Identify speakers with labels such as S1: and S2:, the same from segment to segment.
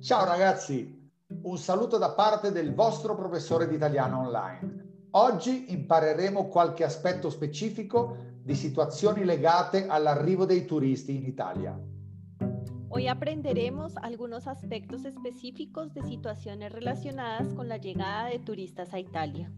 S1: Ciao ragazzi, un saluto da parte del vostro professore di italiano online. Oggi impareremo qualche aspetto specifico di situazioni legate all'arrivo dei turisti in Italia.
S2: Hoy aprenderemos algunos aspectos específicos de situaciones relacionadas con la llegada de turistas a Italia.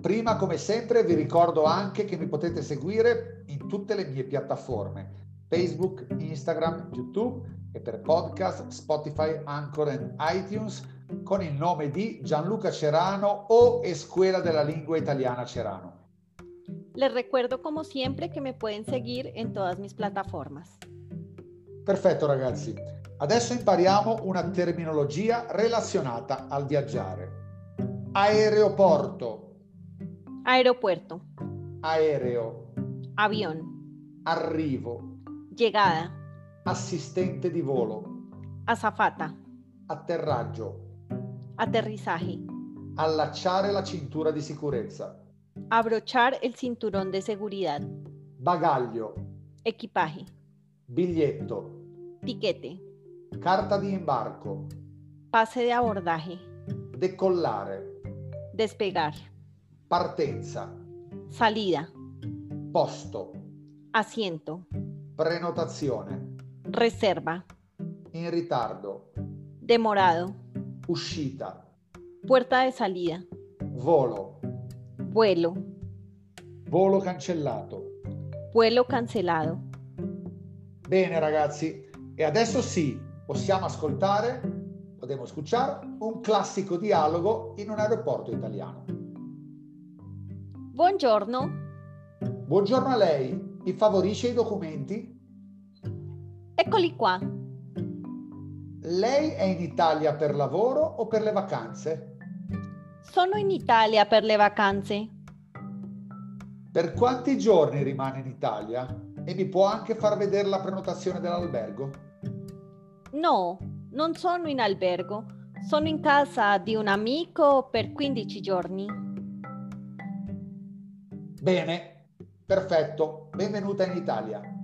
S1: Prima, come sempre, vi ricordo anche che mi potete seguire in tutte le mie piattaforme, Facebook, Instagram, YouTube e per podcast, Spotify, Anchor e iTunes, con il nome di Gianluca Cerano o Escuela della Lingua Italiana Cerano.
S2: Les recuerdo como siempre que me pueden seguir en todas mis plataformas.
S1: Perfetto ragazzi, adesso impariamo una terminologia relazionata al viaggiare. Aeroporto,
S2: Aeropuerto,
S1: aereo,
S2: avión,
S1: arrivo,
S2: llegada,
S1: assistente di volo,
S2: azafata,
S1: atterraggio,
S2: aterrizaje,
S1: allacciare la cintura di sicurezza,
S2: abrochar el cinturón de seguridad,
S1: bagaglio,
S2: equipaje,
S1: biglietto,
S2: tiquete,
S1: carta di imbarco,
S2: pase de abordaje,
S1: decollare,
S2: despegar,
S1: partenza,
S2: salida,
S1: posto,
S2: asiento,
S1: prenotazione,
S2: reserva,
S1: in ritardo,
S2: demorado,
S1: uscita,
S2: puerta de salida,
S1: volo,
S2: vuelo,
S1: volo cancellato.
S2: vuelo cancelado.
S1: Bene ragazzi, e adesso sì, possiamo ascoltare, potremmo escuchar un classico dialogo in un aeroporto italiano.
S2: Buongiorno,
S1: Buongiorno a lei, mi favorisce i documenti?
S2: eccoli qua.
S1: Lei è in Italia per lavoro o per le vacanze?
S2: Sono in Italia per le vacanze.
S1: Per quanti giorni rimane in Italia? E mi può anche far vedere la prenotazione dell'albergo?
S2: No, non sono in albergo, sono in casa di un amico per 15 giorni.
S1: Bene, perfetto, benvenuta in Italia.